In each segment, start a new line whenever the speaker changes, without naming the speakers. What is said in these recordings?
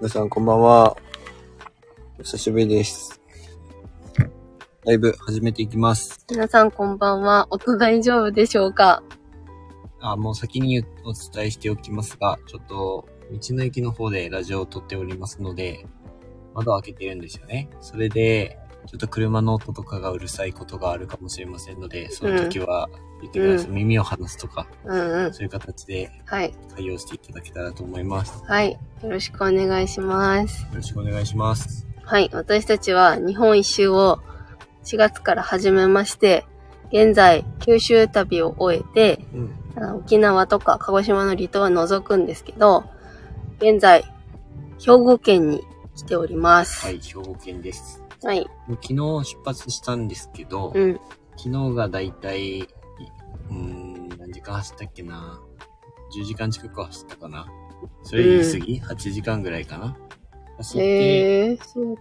皆さんこんばんは。お久しぶりです。ライブ始めていきます。
皆さんこんばんは。音大丈夫でしょうか
あ、もう先にお伝えしておきますが、ちょっと、道の駅の方でラジオを撮っておりますので、窓を開けてるんですよね。それで、ちょっと車の音とかがうるさいことがあるかもしれませんので、そういう時は言ってください。
う
耳を離すとか、
うんうん。
そういう形で
はい。
対応していただけたらと思います。
はい。よろしくお願いします。
よろしくお願いします。
はい。私たちは日本一周を4月から始めまして、現在、九州旅を終えて、
うん。
あの沖縄とか鹿児島の離島は除くんですけど、現在、兵庫県に来ております。
は
はい。
い、兵庫県です。昨日出発したんですけど、
うん。
昨日がだいたいうーん、何時間走ったっけな。10時間近くは走ったかな。それ言い過ぎ、?8 時間ぐらいかな。走って、
へえー、そう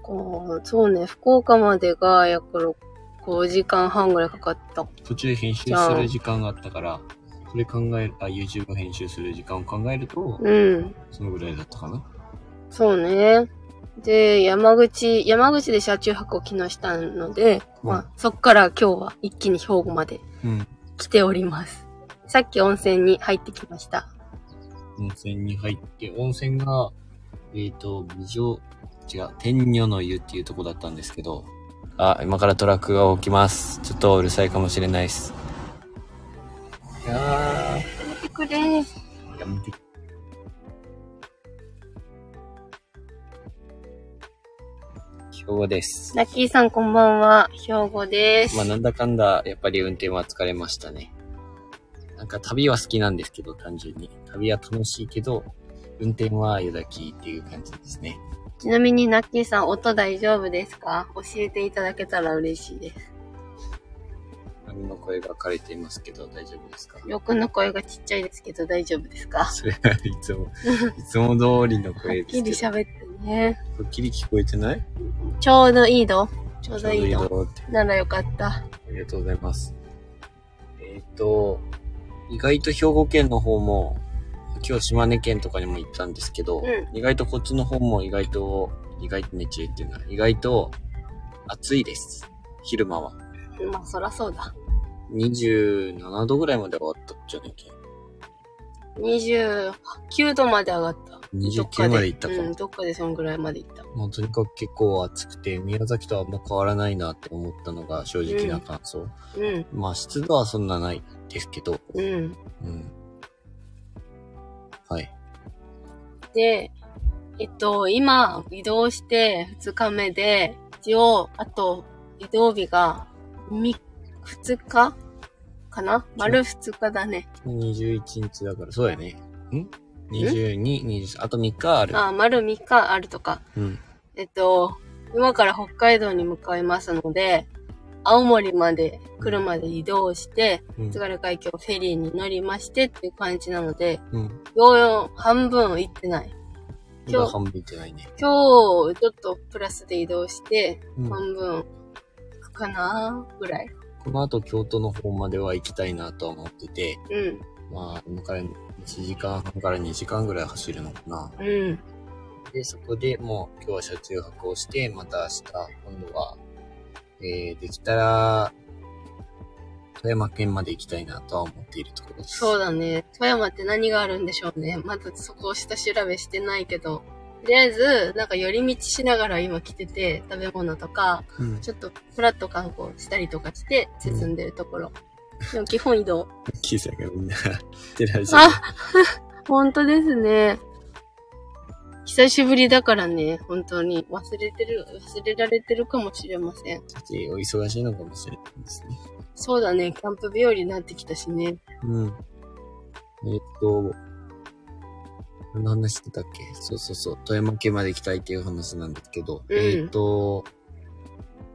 か。そうね。福岡までが約5時間半ぐらいかかった
途中編集する時間があったから、それ考える、あ、YouTube を編集する時間を考えると、
うん。
そのぐらいだったかな。
そうね。で、山口、山口で車中泊を昨日したので、
うん
まあ、そっから今日は一気に兵庫まで
うん。
来ております。さっき温泉に入ってきました。
温泉に入って、温泉が、えっ、と、美女、違う、天女の湯っていうとこだったんですけど、あ、今からトラックが起きます。ちょっとうるさいかもしれないです。いや
来てくれ。
ー、やめて。兵庫です。
ラッキーさんこんばんは。兵庫です。
まあ、なんだかんだ、やっぱり運転は疲れましたね。なんか旅は好きなんですけど、単純に。旅は楽しいけど、運転は夜泣きっていう感じですね。
ちなみにラッキーさん音大丈夫ですか教えていただけたら嬉しいです。
波の声が枯れていますけど、大丈夫ですか
よくの声がちっちゃいですけど大丈夫ですか
それはいつ も、いつも通りの
は
声
っ
です
き
け
り
ど。は
喋ってね。
っきり聞こえてない
ちょうどいいのちょうどいい
ちょう
の
どいいって。
ならよかった。
ありがとうございます。えっ、と、意外と兵庫県の方も、今日島根県とかにも行ったんですけど、
うん
意外とこっちの方も意外と、意外とね、ちえっていうのは、意外と暑いです。昼間は。
まあそらそうだ。
27度ぐらいまで上がったんじゃないっけ
29度まで上がった。
29
どっか
まで行ったかも
うん、どっかでそんぐらいまで行った。
もうとにかく結構暑くて、宮崎とはあんま変わらないなって思ったのが正直な感想。
うん、
まあ湿度はそんなないですけど、
うん。
うん。はい。
で、えっと、今、移動して2日目で、一応、あと、移動日が、み、2日かな丸2日だね。
21日だから、そうやね。ん ?22、23、あと3日ある。
あ、丸3日あるとか。
うん。
えっと、今から北海道に向かいますので、青森まで来るまで移動して、
うん
津。軽海峡フェリーに乗りましてっていう感じなので、
うん。
ようよう半分行ってない。
まだ半分いってないね。
今日、ちょっとプラスで移動して、
うん。
半分行くかなぐらい。
この後京都の方までは行きたいなとは思ってて、
うん、
まあ、今から1時間半から2時間ぐらい走るのかな。
うん、
で、そこでもう今日は車中泊をして、また明日、今度は、えー、できたら、富山県まで行きたいなとは思っているところです。
そうだね。富山って何があるんでしょうね。まだそこを下調べしてないけど。とりあえず、なんか寄り道しながら今来てて、食べ物とか、
うん。
ちょっとプラッと観光したりとかして、進んでるところ。でも基本移動。
キーさんがみんな、 てらっしゃる。
あ 本当ですね。久しぶりだからね、本当に。忘れてる、忘れられてるかもしれません。
えーお忙しいのかもしれないですね。
そうだね、キャンプ日和になってきたしね。
うん。えーっと、何の話してたっけそうそうそう。富山県まで行きたいっていう話なんですけど、えーっと、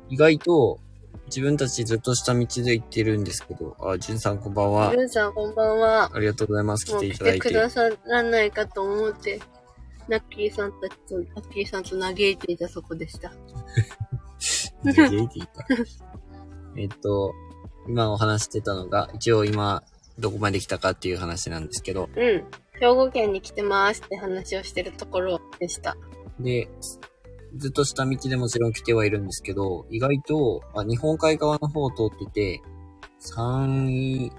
意外と、自分たちずっと下道で行ってるんですけど、あ、じゅんさんこんばんは。
ルンさんこんばんは。
ありがとうございます。来
もう
てい
来
ただ
て
い
く
て。
ださらないかと思って、ナッキーさんたちと、ナッキーさんと嘆いていたそこでした。
ゲイディか。 えっと、今お話してたのが、一応今、どこまで来たかっていう話なんですけど、
うん。兵庫県に来てますって話をしてるところでした。
で、ずっと下道でもちろん来てはいるんですけど、意外と、あ、日本海側の方を通ってて、山陰、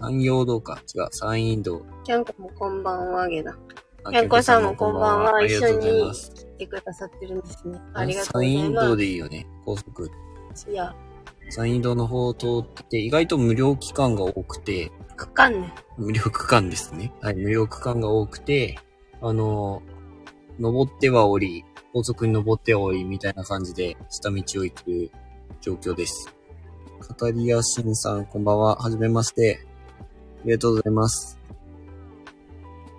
山陽道か。違う、山陰道。
キャンコもこんばんは、げだ。
あ
健康さんもこんばんは
ありがとうございます。
来てくださってるんですね。あ
あ
り
り
が
が
と
と
うござい
山陰
ま
道でいいよね、高速。
す。いや、
山陰道の方を通ってて、意外と無料期間が多くて、
区間ね。
無料区間ですね。はい、無料区間が多くて、あの、登ってはおり、高速に登ってはおり、みたいな感じで、下道を行く状況です。カタリアシンさん、こんばんは。はじめまして。ありがとうございます。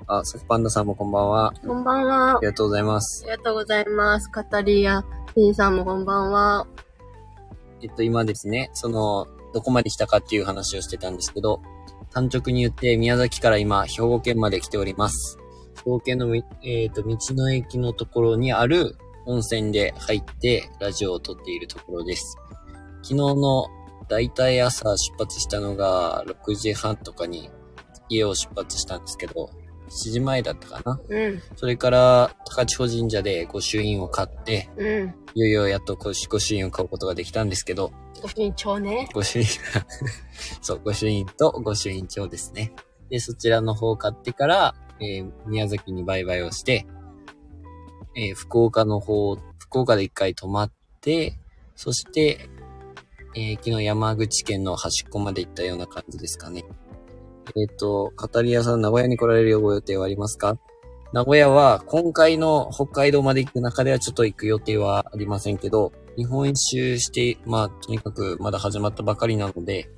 あ、サクパンダさんもこんばんは。あ
こんばんは。あ
りがとうございます。
りがとうございます。カタリア、ピンさんもこんばんは。
えっと、今ですね、その、どこまで来たかっていう話をしてたんですけど、単直に言って、宮崎から今、兵庫県まで来ております。兵庫県のみ、えっ、と、道の駅のところにある温泉で入って、ラジオを撮っているところです。昨日の、だいたい朝出発したのが、6時半とかに、家を出発したんですけど、7時前だったかな。
うん、
それから、高千穂神社で御朱印を買って、
うん。
いよいよやっとご御朱印を買うことができたんですけど、
ご身長ね。
ご朱印が そう、ご朱印とご朱印帳ですね。で、そちらの方を買ってから、えー宮崎に売買をして、えー福岡の方、福岡で一回泊まって、そして、えー昨日山口県の端っこまで行ったような感じですかね。えっ、と、カタリアさん、名古屋に来られるご予定はありますか名古屋は、今回の北海道まで行く中ではちょっと行く予定はありませんけど、日本一周して、まあ、とにかくまだ始まったばかりなので、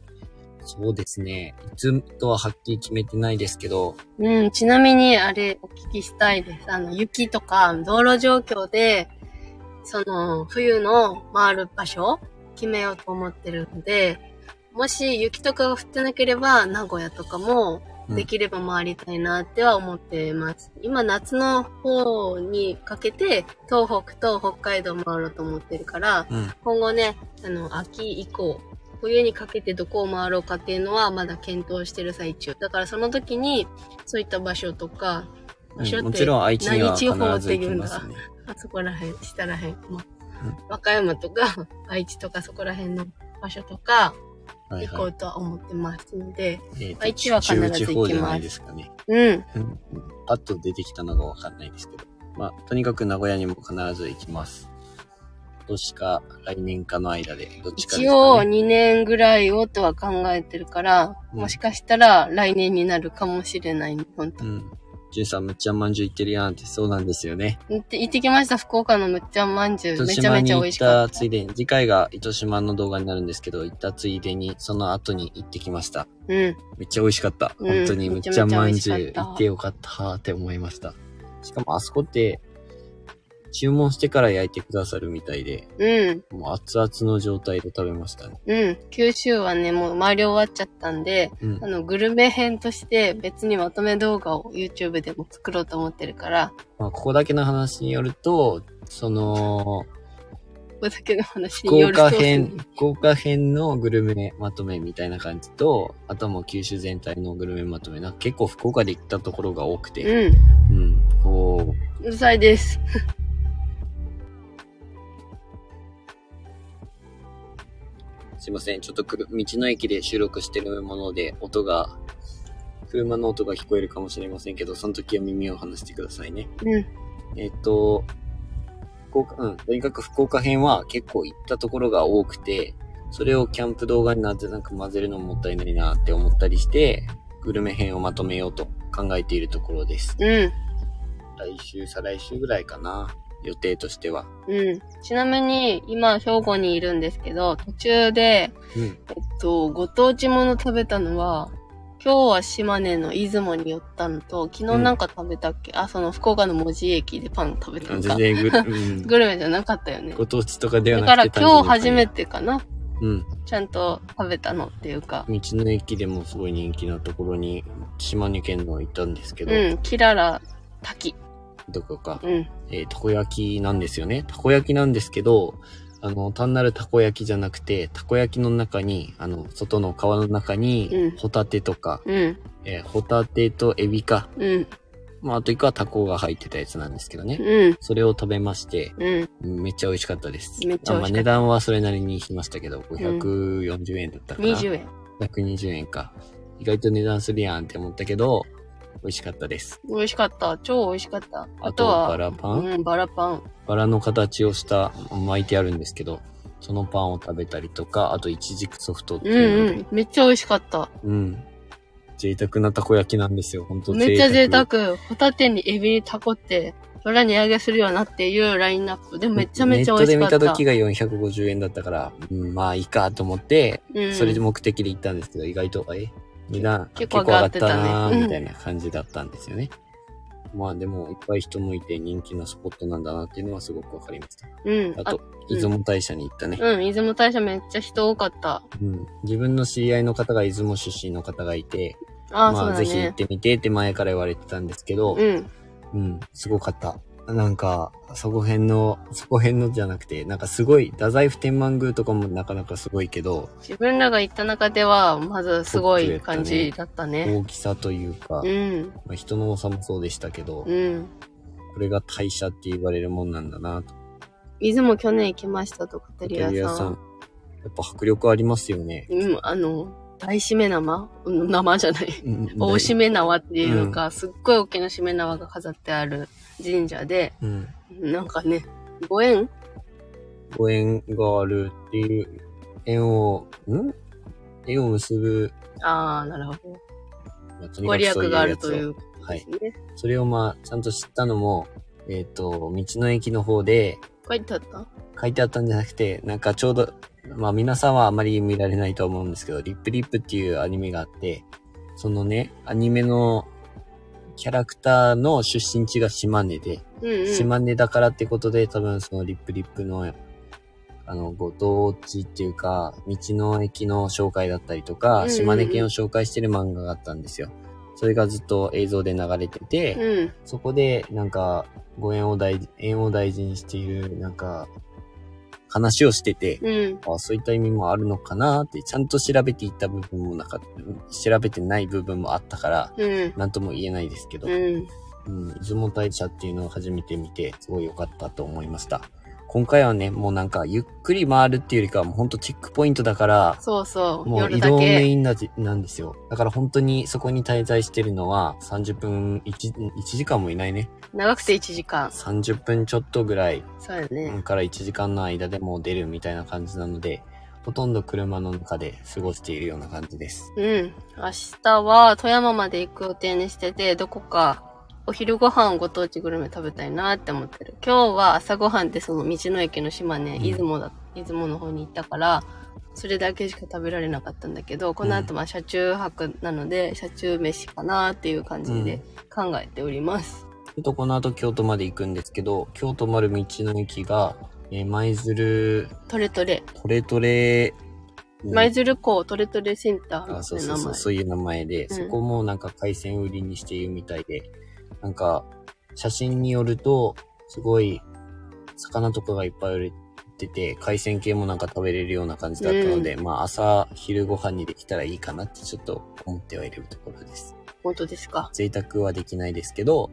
そうですね。いつとははっきり決めてないですけど、
うん、ちなみに、あれ、お聞きしたいです。あの、雪とか、道路状況で、その、冬の回る場所、決めようと思ってるので、もし雪とかが降ってなければ、名古屋とかも、
うん
できれば回りたいなっては思ってます。今、夏の方にかけて、東北と北海道回ろうと思ってるから、
うん。
今後ね、あの、秋以降、冬にかけてどこを回ろうかっていうのはまだ検討してる最中。だからその時に、そういった場所とか、場所
う
っ
ん、
て
もちろん愛知には
何地
必
方って
ず
い
行
う
き
んだ
ますね。
あそこら辺、下ら辺、ま
うん
あ、和歌山とか、愛知とかそこら辺の場所とか、
はい
行こ
は
うとは思ってますので、
い。えーと
愛知は必ず行きます
中部地方じゃないですかね。
うん、
うんパッと出てきたのがわかんないですけど。まあ、とにかく名古屋にも必ず行きます。今年か来年かの間で、どっちかです
一
か
応
ね。
2年ぐらいをとは考えてるから、
うん
もしかしたら来年になるかもしれない、本当
うん。じゅんさん、むっちゃんまんじゅう行ってるやんって、そうなんですよね。
行って行ってきました、福岡のむっちゃんまんじゅう。
糸
めちゃめ
島に
ちゃ
行
美味
っ
しか
た
った
つ。いでに、次回が糸島の動画になるんですけど、行ったついでに、その後に行ってきました。
うん。
めっちゃ美味しかった。
うん
本当に、むっちゃんまんじゅ
めちゃめちゃ美味し
う
かった
行ってよかったーって思いました。しかもあそこって、注文してから焼いてくださるみたいで、
うん。
もう熱々の状態で食べましたね。
うん。九州はね、もう回り終わっちゃったんで、
うん
あ。の、グルメ編として別にまとめ動画を YouTube でも作ろうと思ってるから、
まあ、ここだけの話によると、その、
これだけの話
福
によると
岡編、福岡編のグルメまとめみたいな感じと、あとはもう九州全体のグルメまとめ。なんか結構福岡で行ったところが多くて、
うん。
うん、こ
うるさいです。
う、すいません。ちょっとくる道の駅で収録してるもので、音が、車の音が聞こえるかもしれませんけど、その時は耳を離してくださいね。
うん。
えっ、と、福岡、うん、とにかく福岡編は結構行ったところが多くて、それをキャンプ動画になってなんか混ぜるのもったいないなって思ったりして、グルメ編をまとめようと考えているところです。
うん。
来週、再来週ぐらいかな。予定としては。
うん。ちなみに、今、兵庫にいるんですけど、途中で、
うん。
えっと、ご当地もの食べたのは、今日は島根の出雲に寄ったのと、昨日なんか食べたっけ、あ、その福岡の門司駅でパン食べた
全
のか。
然 グル、うん
グルメじゃなかったよね。
ご当地とかでは
だか
な
ら
くて
今日初め
て。
てかな。
うん。
ちゃんと食べたのっていうか。
道の駅でもすごい人気なところに、島根県の行ったんですけど、
うん、キララ滝。
どこか、
うん。
えーたこ焼きなんですよね。たこ焼きなんですけど、あの、単なるたこ焼きじゃなくて、たこ焼きの中に、あの、外の皮の中
う
に
ん、
ホタテとか、
うん。
えーホタテとエビか、
うん。
まあ、あと一個はタコが入ってたやつなんですけどね。
うん。
それを食べまして、
うん。
うんめっちゃ美味しかったです。
めっちゃ美味しかった
あまあ、値段はそれなりにしましたけど、540円だったかな。
20円。
120円か。意外と値段するやんって思ったけど、美味しかったです。
美味しかった。超美味しかった。あ
あ
と
とは
は、
バラパン、
うん、バラパン。
バラの形をした巻いてあるんですけど、そのパンを食べたりとか、あとイチジクソフトって
う
い
ん
うの
う
で、
ん。めっちゃ美味しかった。
うん、贅沢なたこ焼きなんですよ、ほんと
めっちゃ贅沢。ホタテにエビにタコって、それは値上げするよなっていうラインナップでめちゃめちゃ美味しかっ
ネ
た。
ットで見た時が450円だったから、うん、まあいいかと思って、
うん、
それで目的で行ったんですけど、意外と、え値段
結
結
構
構
上
上
が
が
っ
ってた
たね
な
うん
ーみたいな感じだったんですよね。まあでも、いっぱい人もいて人気なスポットなんだなっていうのはすごくわかりました。
うん。
あ
あ
と、出雲大社に行ったね。
うん、出雲大社めっちゃ人多かった。
うん、自分の知り合いの方が出雲出身の方がいて、
ああ、
まあ、
そ
ぜ
うだ
ひ行っ
ね。
てみてって前から言われてたんですけど、
うん。
うん、すごかった。なんか、そこ辺の、そこ辺のじゃなくて、なんかすごい、太宰府天満宮とかもなかなかすごいけど、
自分らが行った中では、まずすごい感じだったね。
大きさというか、
うん。
まあ、人の多さもそうでしたけど、
うん。
これが大社って言われるもんなんだなと。
出雲去年行きましたと、カタ
イ
リアさん。
やっぱ迫力ありますよね。
うん、あの、大しめ縄うん生じゃない。
うん
大しめ縄っていうか、すっごい大きなしめ縄が飾ってある神社で、
うん。
なんかね、ご縁
ご縁があるっていう、縁を、ん縁を結ぶ、
ああ、なるほど。
まあ、と
ご利益があるとい
を。
うことですね。
それをまあ、ちゃんと知ったのも、えっ、と、道の駅の方で
書いてあった
書いてあったんじゃなくて、なんかちょうど、まあ皆さんはあまり見られないと思うんですけど、リップリップっていうアニメがあって、そのね、アニメのキャラクターの出身地が島根で、
うんうん。
島根だからってことで、多分そのリップリップの、あの、ご当地っていうか、道の駅の紹介だったりと
うんうんう
か、
ん
島根県を紹介してる漫画があったんですよ。それがずっと映像で流れてて、
うん。
そこで、なんか、ご縁を大事、縁を大事にしている、なんか、話をしてて、
うん。
あそういった意味もあるのかなって、ちゃんと調べていった部分もなかった、調べてない部分もあったから、
うん。
なんとも言えないですけど、
うん。
うん、出雲大社っていうのを初めて見て、すごい良かったと思いました。今回はね、もうなんか、ゆっくり回るっていうよりかは、もうほんとチェックポイントだから、
そうそう。
もう
夜
移
だ
動メ
け。
インなじなんですよ。だから本当にそこに滞在してるのは、30分1、1時間もいないね。
長くて1時間。
30分ちょっとぐらい
そうや
う
ね
ん。から1時間の間でもう出るみたいな感じなので、ほとんど車の中で過ごしているような感じです。
うん。明日は富山まで行く予定にしてて、どこかお昼ご飯をご当地グルメ食べたいなって思ってる。今日は朝ごはんでその道の駅の島根、
うん
出雲だ、出雲の方に行ったから、それだけしか食べられなかったんだけど、この後まあ車中泊なので、車中飯かなっていう感じで考えております。
ちょっとこの後京都まで行くんですけど、京都まる道の駅が、えー舞鶴
トレトレ。
トレトレ、
舞鶴港トレトレセンター
あそ
み
う
た
そう
いな名
そう、
前。
そういう名前で、
ん
そこもなんか海鮮売りにしているみたいで、なんか、写真によると、すごい、魚とかがいっぱい売れてて、海鮮系もなんか食べれるような感じだったので、まあ朝、昼ご飯にできたらいいかなってちょっと思ってはいるところです。
本当ですか。
贅沢はできないですけど、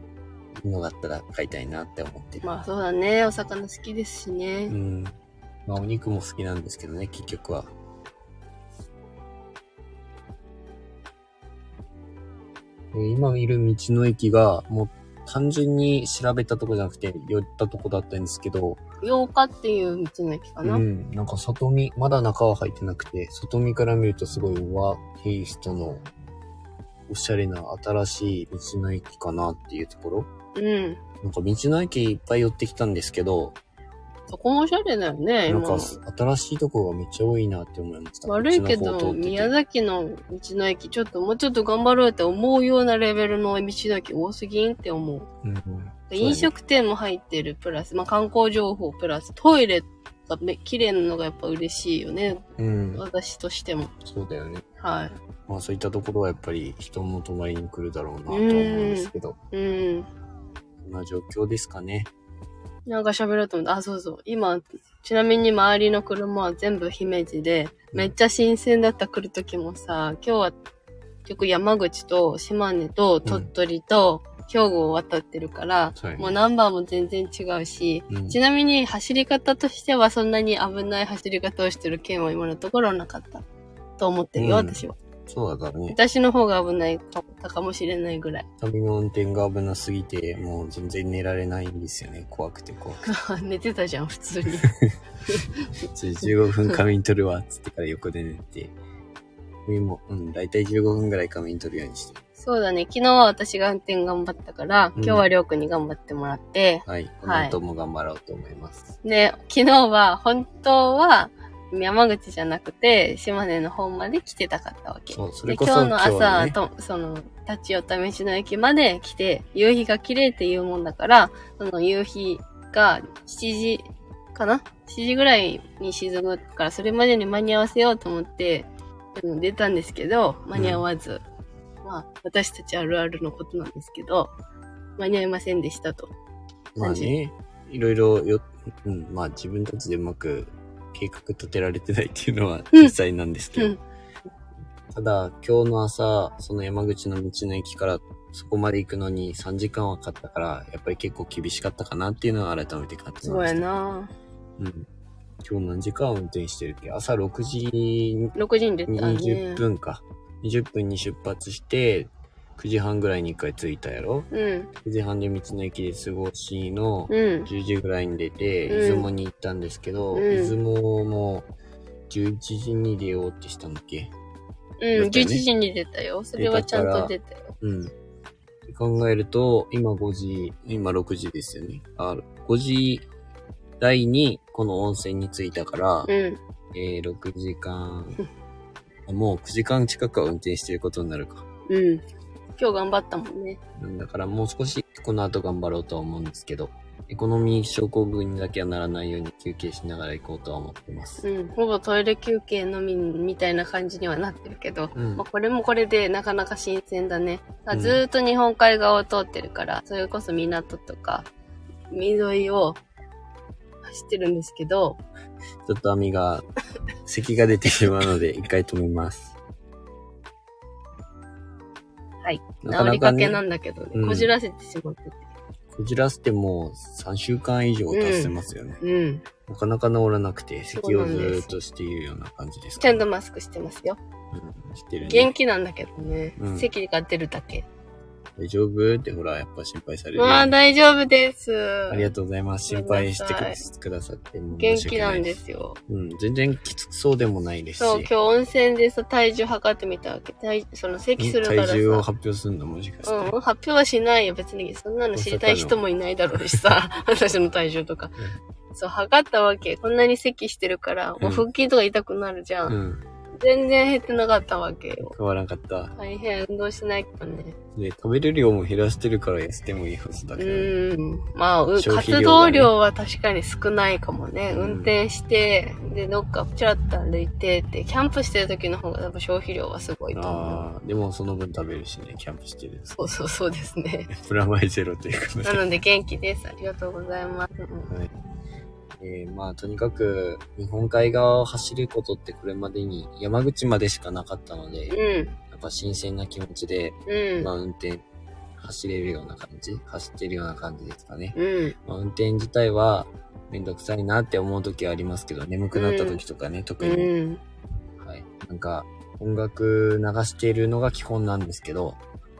いいのがあったら買いたいなって思ってる。
まあそうだね。お魚好きですしね。
うん。まあお肉も好きなんですけどね、結局は。えー今いる道の駅が、もう単純に調べたとこじゃなくて、寄ったとこだったんですけど、
8日っていう道の駅かな。
うん、なんか里見、まだ中は入ってなくて、外見から見るとすごい和テイストの、おしゃれな新しい道の駅かなっていうところ。
うん。
なんか道の駅いっぱい寄ってきたんですけど、
そこもおしゃれだよね、
な
今
んか
の。
新しいとこがめっちゃ多いなって思いました。
悪いけ
うちの方通
ど、
ってて
宮崎の道の駅、ちょっともうちょっと頑張ろうって思うようなレベルの道の駅多すぎんって思う。
うん
で飲食店も入ってる、プラス、まあ、観光情報、プラス、トイレがめ綺麗なのがやっぱ嬉しいよね。
うん、
私としても。
そうだよね。
は
まあそういったところはやっぱり人も泊まりに来るだろうなと思うんですけど、
い。うん。
こんな状況ですかね。
なんか喋ろうと思った。あ、そうそう。今、ちなみに周りの車は全部姫路で、
うん
めっちゃ新鮮だった来る時もさ、今日は、結構山口と島根と鳥取と、兵庫を渡ってるから、
そうやね
もうナンバーも全然違うし、
うん
ちなみに走り方としてはそんなに危ない走り方をしてる県は今のところなかったと思ってるよ、
うん
私は。
そうだね。
私の方が危ないかったかもしれないぐらい。
旅の運転が危なすぎて、もう全然寝られないんですよね。怖くて怖くて。
寝てたじゃん、普通に。
つい15分仮眠取るわ、つってから横で寝て。冬も、うん、だいたい15分ぐらい仮眠取るようにしてる。
そうだね、昨日は私が運転頑張ったから、
うん
今日はりょうくんに頑張ってもらって、
はい。この後も頑張ろうと思います。
で、昨日は本当は山口じゃなくて、島根の方まで来てたかったわけ。
そう、そ
で
れこ
今
そ
日の朝
はね
と、その、立ち寄った道の駅まで来て、夕日が綺麗っていうもんだから、その夕日が7時かな ?7 時ぐらいに沈むから、それまでに間に合わせようと思って、うん出たんですけど、間に合わず、まあ、私たちあるあるのことなんですけど、間に合いませんでしたと。
まあね、いろいろよ、うん、まあ自分たちでうまく計画立てられてないっていうのは
うん
実際なんですけど、
うん
ただ今日の朝、その山口の道の駅からそこまで行くのに3時間はかかったから、やっぱり結構厳しかったかなっていうのは改めて感じ
そう
ま
や
した。
な
うん。今日何時間運転してるっけ朝6時
6時に出たね
20。分か。20分に出発して、9時半ぐらいに一回着いたやろ
うん。
?9 時半で道の駅で過ごしの、
うん。
10時ぐらいに出て、
うん
出雲に行ったんですけど、
うん
出雲も11時に出ようってしたんだっけ
うん。
出たね
11時に出たよ。それはちゃんと出たよ。
うん。って考えると、今5時、今6時ですよね。あ、5時台にこの温泉に着いたから、
うん。
えー、6時間、もう9時間近くは運転してることになるか。
うん。今日頑張ったもんね。
うんだからもう少しこの後頑張ろうとは思うんですけど、エコノミー症候群にだけはならないように休憩しながら行こうとは思ってます。
うん。ほぼトイレ休憩のみみたいな感じにはなってるけど、
うん
まあ、これもこれでなかなか新鮮だね。あ
うん
ずーっと日本海側を通ってるから、それこそ港とか、海沿いを走ってるんですけど、
ちょっと網が、咳が出てしまうので、一回止めます。
はい。
なか
治
な
り
か
かけ
ね
な、んだけどね、
うん
こじらせてしまってて。
こじらせてもう3週間以上経ってますよね。
うん。
なかなか治らなくて、咳をず
そうなんで
ーっ
す
としているような感じです
ちゃん
と、
とマスクしてますよ。
うん、してる
元
ね。
気なんだけどね。
うん
席が出るだけ。
大丈夫ってほら、やっぱ心配される
う
よね、
わあ、大丈夫です。
ありがとうございます。心配してく
ごめん
だ
な
くださって。。
元気なんですすよ。
うん、全然きつそうでもないですし。
そう、今日温泉でさ、体重測ってみたわけ。体その、
う
咳
ん
するから
体重を
さ。
発表するのもしかして。
うん、発表はしないよ、別に。そんなの知りたい人もいないだろう しさ、私の体重とか。そう、測ったわけ。こんなに咳してるから、もう腹筋とか痛くなるじゃん。
うん。
全然減ってなかったわけよ。
変わらなかった。
大変、運動しないとね。
で、食べる量も減らしてるから痩せてもいいはずだ
う
けどね。
ーん。まあ、う
消費量が
活
ね
動量は確かに少ないかもね。
うん
運転して、で、どっかちらっと歩いてって、キャンプしてる時の方が多分消費量はすごいと思う。
ああ、でもその分食べるしね、キャンプしてる。
そうそうそうですね。
プラマイゼロということで。
なので元気です。ありがとうございます。うん
はい。えー、まあ、とにかく、日本海側を走ることってこれまでに山口までしかなかったので、やっぱ新鮮な気持ちで、
うん。
まあ、運転、走れるような感じ走ってるような感じですかね。
うん。
まあ、運転自体は、めんどくさいなって思う時はありますけど、眠くなった時とかね、特
う
に。
ん。
はい。なんか、音楽流しているのが基本なんですけど、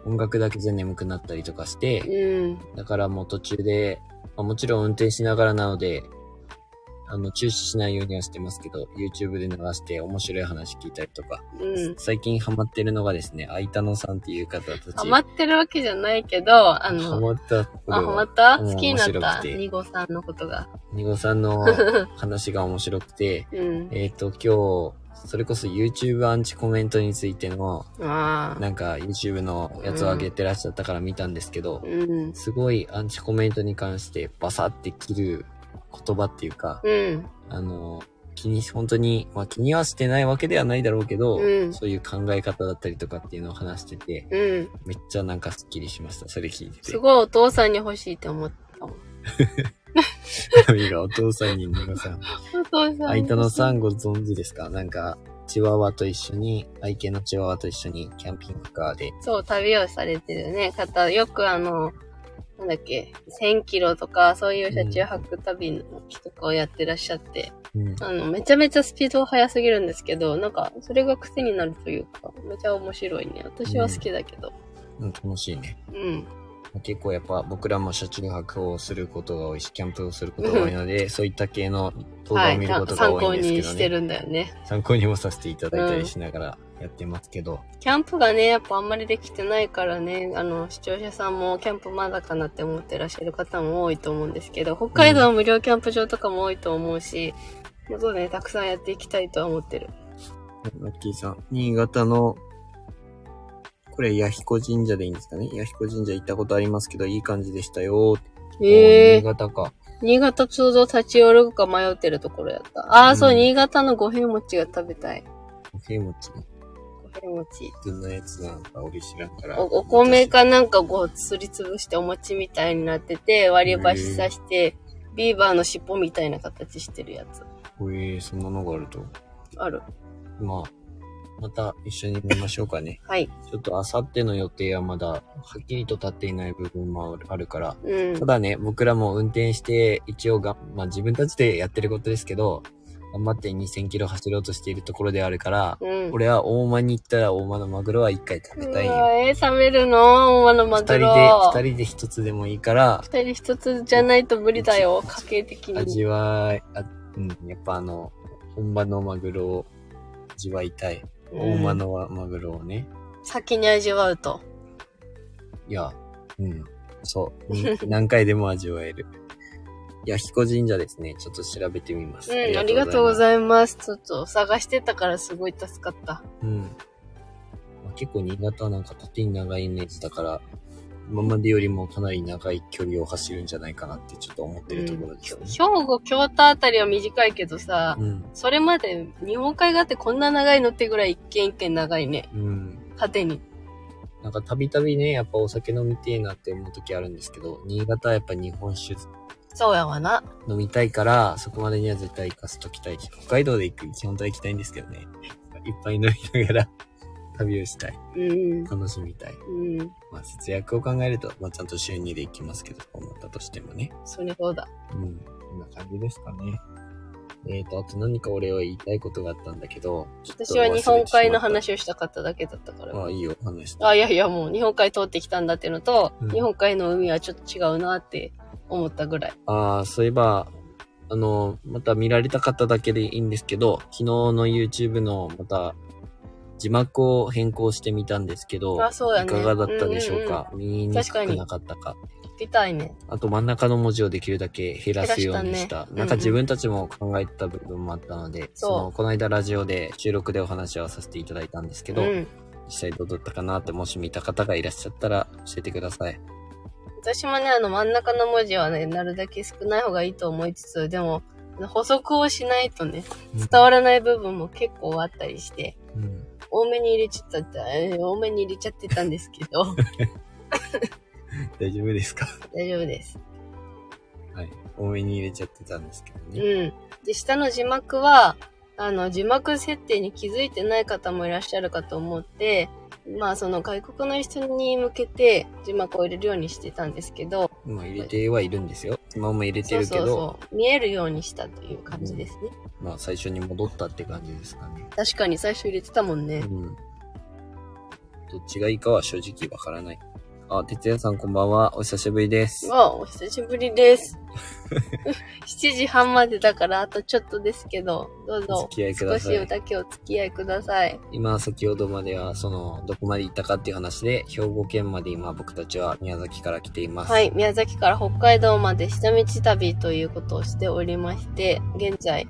音楽だけじゃ眠くなったりとかして、
うん。
だからもう途中で、まあ、もちろん運転しながらなので、あの、中止しないようにはしてますけど、YouTube で流して面白い話聞いたりとか、
うん。
最近ハマってるのがですね、あいたのさんっていう方たち。
ハマってるわけじゃないけど、あ
ハ
の、
マったこ
あ、
れ
ハマ
は、
った
うん
好きになっ
面白
た
くて
ニゴさんのことが。
ニゴさん の話が面白くて、
うん。
えっ、と、今日、それこそ YouTube アンチコメントについての、
ああ。
なんか YouTube のやつを上げてらっしゃったから見たんですけど、
うん。
すごいアンチコメントに関してバサって切る言葉っていうか、
うん。
あの、気に、本当に、まあ気にはしてないわけではないだろうけど、
うん
そういう考え方だったりとかっていうのを話してて、
うん。
めっちゃなんかスッキリしました。それ聞いて
す
て。
ごいお父さんに欲しいって思ったもん。
神がお父さんに、皆さん、
お父さん。
相田のさんご存知ですかなんか、チワワと一緒に、愛犬のチワワと一緒にキャンピングカーで、
そう、旅をされてるね、方、よくあの、なんだっけ、1000キロとか、そういう車中泊旅の時とかをやってらっしゃって、
うん。
あの、めちゃめちゃスピード速すぎるんですけど、なんか、それが癖になるというか、めちゃ面白いね。私は好きだけど。
うん、楽しいね。
うん。
結構やっぱ僕らも車中泊をすることが多いし、キャンプをすることが多いので、そういった系の動画
は
を見
い。
るこ
た
とが
参
多
考
いんですけ
に
ど
して
ね。
るんだよね。
参考にもさせていただいたりしながらやってますけど、
キャンプがね、やっぱあんまりできてないからね、あの、視聴者さんもキャンプまだかなって思ってらっしゃる方も多いと思うんですけど、北海道は無料キャンプ場とかも多いと思うし、もっとね、たくさんやっていきたいとは思ってる。
ラッキーさん、新潟の、これ、弥彦神社でいいんですかね弥彦神社行ったことありますけど、いい感じでしたよ。
ええ
新潟か。
新潟ちょうど立ち寄るか迷ってるところやった。ああ、
うん
そう、新潟の五平餅が食べたい。
お平餅の
五平餅。
普通のやつなんか俺知らんから。
おお米。かなんかこう、すりつぶしてお餅みたいになってて、割り箸刺して、ビーバーの尻尾みたいな形してるやつ。
ええそんなのがあると。
ある。
まあ、また一緒に見ましょうかね。
はい。
ちょっとあさっての予定はまだ、はっきりと立っていない部分もあるから、
うん
た。だね、僕らも運転して、一応が、まあ自分たちでやってることですけど、頑張って2000キロ走ろうとしているところであるから、
うん。
俺は大間に行ったら大間のマグロは一回食べたいうよ
わ。えー、冷めるの大間のマ
二人
グ
で、
ロ。
二人で一つでもいいから、
二人一つじゃないと無理だよ、家計的に。
味わい、あうん、やっぱあの、本場のマグロを味わいたい。大間のわマグロをね。
先に味わうと。
いや、うん、そう。 うん何回でも味わえる。いや、彦神社ですね。ちょっと調べてみます。
うん、ありがとうご
い
ざいます。ちょっと探してたからすごい助かった。
ます。うん。まあ結構新潟はなんか縦に長いイメージだから、今までよりもかなり長い距離を走るんじゃないかなってちょっと思ってるところですよね。
兵庫、京都あたりは短いけどさ、
うん。
それまで日本海側ってこんな長いのってぐらい一軒一軒長いね。
うん。
縦に。
なんかたびたびね、やっぱお酒飲みてえなって思う時あるんですけど、新潟はやっぱ日本酒
そうやわな。
飲みたいから、そこまでには絶対行かせときたいし、北海道で行く、基本とは行きたいんですけどね。いっぱい飲みながら旅をしたい。
うん。
楽しみたい。
うん。
まあ節約を考えると、まあちゃんと週2で行きますけど、思ったとしてもね。
それそうだ。
うん。こんな感じですかね。えーと、あと何か俺は言いたいことがあったんだけど、
私は日本海の
ち
話をしたかっただけだったか
ょっ
ら
と。忘れてしまった。ああ、いいよ、話して。
あ、いやいや、もう日本海通ってきたんだっていうのと、
うん
日本海の海はちょっと違うなって思ったぐらい。
ああ、そういえば、あの、また見られた方だけでいいんですけど、昨日の YouTube のまた字幕を変更してみたんですけど、
あそうやね
いかがだったでしょうか、見にく
確か
く
に
なかったか。
みたいね。
あと真ん中の文字をできるだけ減らすようにした。
減らしたね
なんか自分たちも考えてた部分もあったので、
そう
のこの間ラジオで収録でお話はさせていただいたんですけ
う
ど、
ん。
実際どうだったかなってもし見た方がいらっしゃったら教えてください。
私もね、あの真ん中の文字はね、なるだけ少ない方がいいと思いつつ、でも、補足をしないとね、伝わらない部分も結構あったりして、
うん
多めに入れちゃったって、えー多めに入れちゃってたんですけど、
大丈夫ですか
大丈夫です。
はい。多めに入れちゃってたんですけどね。
うん。で、下の字幕は、あの、字幕設定に気づいてない方もいらっしゃるかと思って、まあ、その外国の人に向けて字幕を入れるようにしてたんですけど、
まあ入れてはいるんですよ。スマホも入れて
そう
るけど、
そうそう、見えるようにしたという感じですね。
まあ最初に戻ったって感じですかね。
確かに最初入れてたもんね。
うん。どっちがいいかは正直わからない。あ、哲也さんこんばんは。お久しぶりです。
わあ、お久しぶりです。7時半までだからあとちょっとですけど、どう
お
ぞ
付、き合いく
少
ださ
し
い。
だけお付き合いください。
今、先ほどまでは、その、どこまで行ったかっていう話で、兵庫県まで今僕たちは宮崎から来ています。
はい、宮崎から北海道まで下道旅ということをしておりまして、現在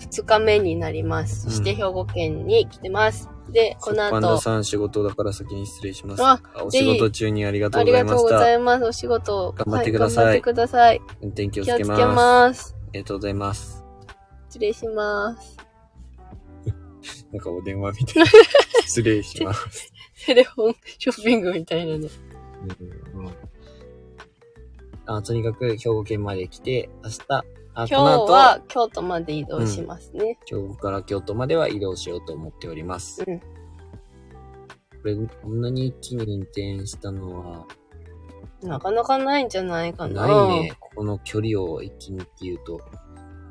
2日目になります。そして
うん
兵庫県に来てます。で、この
パンダ
後、
さん仕事だから先に失礼します。
あ
お
ぜ
仕
ひ
事中にありがと
あ
うご
り
ざい
がと
まし
うご
た。
ざいます。お仕事、
頑張ってください
頑張ってください。
運転気をつ
気を
け
つ
ます。
けます。
ありがとうございます。
失礼します。
なんかお電話みたいな。失礼し ます。
テレフォンショッピングみたいなね。
うんあとにかく兵庫県まで来て、明日、あ
今日は京都まで移動しますね。
この後、今日から京都までは移動しようと思っております。
うん
これ、こんなに一気に運転したの
なかなかないんじゃないか
は、
な。
ないね。ここの距離を一気にっていうと、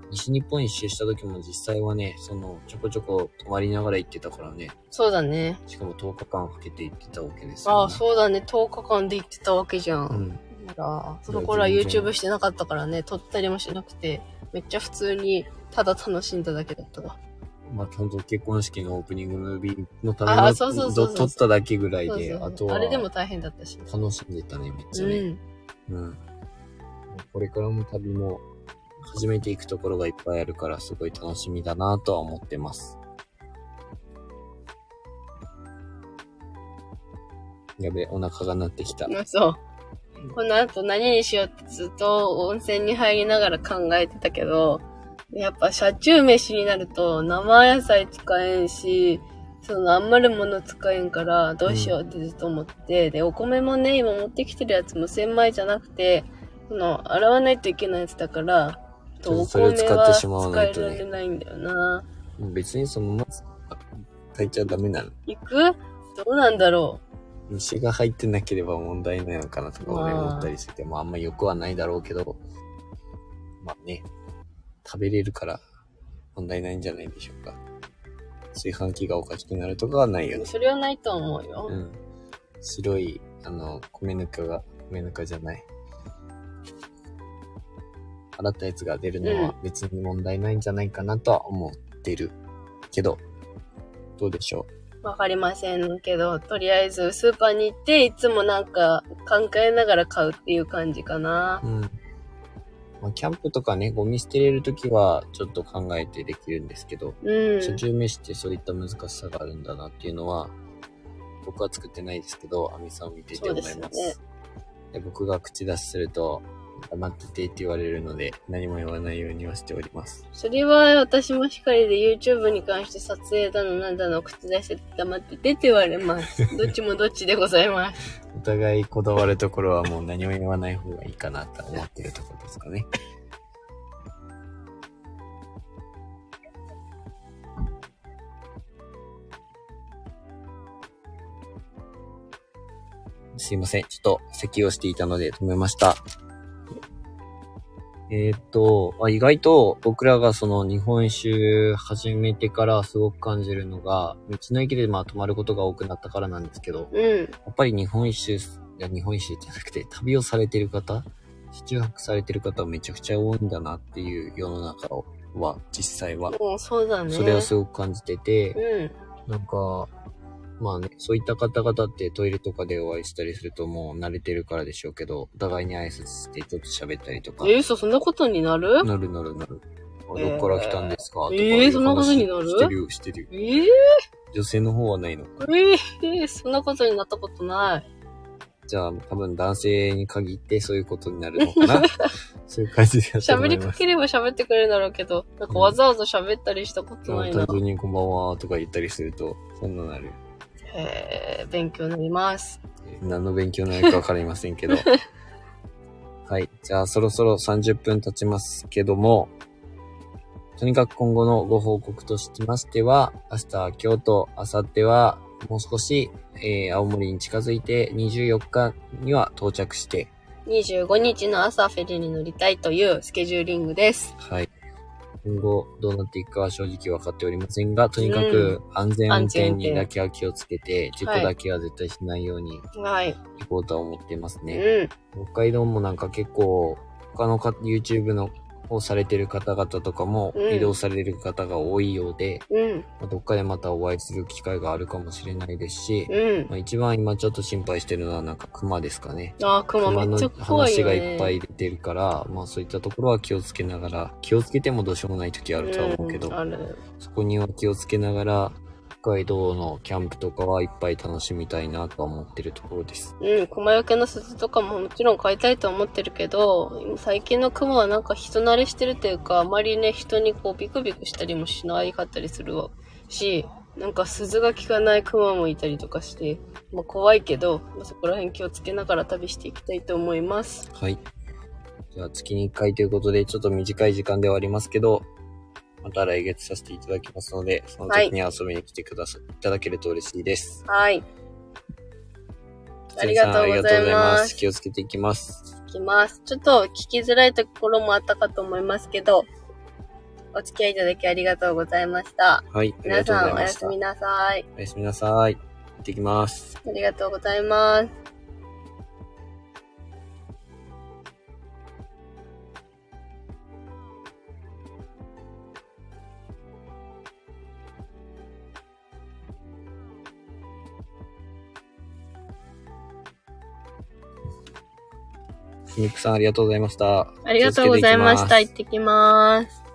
西日本一周した時も実際はね、その、ちょこちょこ泊まりながら行ってたからね、
そうだね。
しかも10日間かけて行ってたわけです
ああ、
う。
そうだね。10日間で行ってたわけじゃん。
うん。
ほら、その頃は YouTube してなかったからね、撮ったりもしなくて、めっちゃ普通に、ただ楽しんだだけだったわ。
まあ、本当結婚式のオープニングムービーのため
あ
の
ーそうそうそうそう
撮っただけぐらい
そう
で、
そう
あとは、
あれでも大変だったし。
楽しんでたね、めっち
う
ゃね。
ん。
うん。これからも旅も始めていくところがいっぱいあるから、すごい楽しみだなとは思ってます。やべえ、お腹が鳴ってきた。
まあそう。この後何にしようってずっと温泉に入りながら考えてたけど、やっぱ車中飯になると生野菜使えんし、その余るもの使えんからどうしようってずっと思って、で、お米もね、今持ってきてるやつも千枚じゃなくて、その、洗わないといけないやつだから、
ちょっと
お
それを
米
使って
は
しまわ
使
ない
え
とね
られないんだよな。
別にそのまま炊いちゃダメなの。
行くどうなんだろ
虫が入ってなければ問題ないのかなとか俺
まあ
思ったりしてて、まああんま良くはないだろうけど、まあね、食べれるから問題ないんじゃないでしょうか。炊飯器がおかしくなるとかはないよね
う。それはないと思うよ。
うん。白い、あの、米ぬかが、米ぬかじゃない。洗ったやつが出るのは別に問題ないんじゃないかなとは思ってるけど、どうでしょ
わかりませんけど、とりあえずスーパーに行って、いつもなんか考えながら買うっていう感じかな
う。うん。まあ、キャンプとかね、ゴミ捨てれるときはちょっと考えてできるんですけど、
うん。
初中飯ってそういった難しさがあるんだなっていうのは、僕は作ってないですけど、アミさんを見ていて思います。
そう
で
です
僕が口出しすると、黙っててって言われるので、何も言わないようにはしております。
それは私もしっかりで YouTube に関して撮影だのなんだの口出して黙っててって言われ ます。どっちもどっちでございます。
お互いこだわるところはもう何も言わない方がいいかなと思ってるところですかね。すいません。ちょっと咳をしていたので止めました。えーっと、あ意外と僕らがその日本一周始めてからすごく感じるのが、道の駅でまあ泊まることが多くなったからなんですけど、
うん。
やっぱり日本一周、いや、日本一周じゃなくて、旅をされてる方、市中泊されてる方はめちゃくちゃ多いんだなっていう世の中は、実際は。
もうそうだね。
それはすごく感じてて、
うん。
なんか、まあね、そういった方々ってトイレとかでお会いしたりするともう慣れてるからでしょうけど、お互いに挨拶してちょっと喋ったりとか、
え、嘘、そんなことになる
なるなるなる。あ
えー
どっから来たんですかとか
え
いう
ー
話
そんなことになる
してるよ、してるよ。
えー、
女性の方はないの
えー、えーそんなことになったことない。
じゃあ、多分男性に限ってそういうことになるのかな そういう感じでやっても
喋
ら
り
い
か
ます。
ければ喋ってくれるだろうけど、なんかわざわざ喋ったりしたことないな。
単純にこんばんはとか言ったりすると、そんななる。
えー、勉強になります。
何の勉強なのかわかりませんけ ど。はい。じゃあ、そろそろ30分経ちますけども、とにかく今後のご報告としましては、明日、京都、明後日は、もう少し、えー青森に近づいて、24日には到着して、
25日の朝フェリーに乗りたいというスケジューリングです。
はい。今後どうなっていくかは正直分かっておりませんが、とにかく安全運転にだけは気をつけて、事故だけは絶対しないように
はい。
行こうとは思ってますね。
うん。
北海道もなんか結構、他のか YouTube のをされてる方々とかも
うん
移動される方が多いようで、
うん。
まあどっかでまたお会いする機会があるかもしれないですし、
うん
ま。あ、一番今ちょっと心配してるのはなんか熊ですかね。
あー、熊
車
めっ
の
ちゃ怖い
話
よ、
が
ね。
いっぱい出てるから、まあそういったところは気をつけながら、気をつけてもどうしようもない時あるとは思うけど、
んある。
そこには気をつけながら、北海道のキャンプとかはいっぱい楽しみたいなとは思ってるところです。
うん、熊よけの鈴とかももちろん買いたいと思ってるけど、最近の熊はなんか人慣れしてるというか、あまりね、人にこうビクビクしたりもしないかったりするわし、なんか鈴が効かない熊もいたりとかして、まあ怖いけど、まあそこら辺気をつけながら旅していきたいと思います。
はい。じゃあ月に1回ということで、ちょっと短い時間ではありますけど、また来月させていただきますので、その時に遊びに来てくださ、い、いただけると嬉しいです。
はい。ありがとうござい
つねさんありがとう
ます
ございます。気をつけていきます。
いきます。ちょっと聞きづらいところもあったかと思いますけど、お付き合いいただきありがとうございました。
はい、あり
皆
がとうご
さ
ざい
んお
ま
や
し
す
た。
みなさい。
おやすみなさい。行ってきます。
ありがとうございます。
ミックさんありがとうございました。
ありがとうございました。
気を
行
つ
っ
けてき
てきます。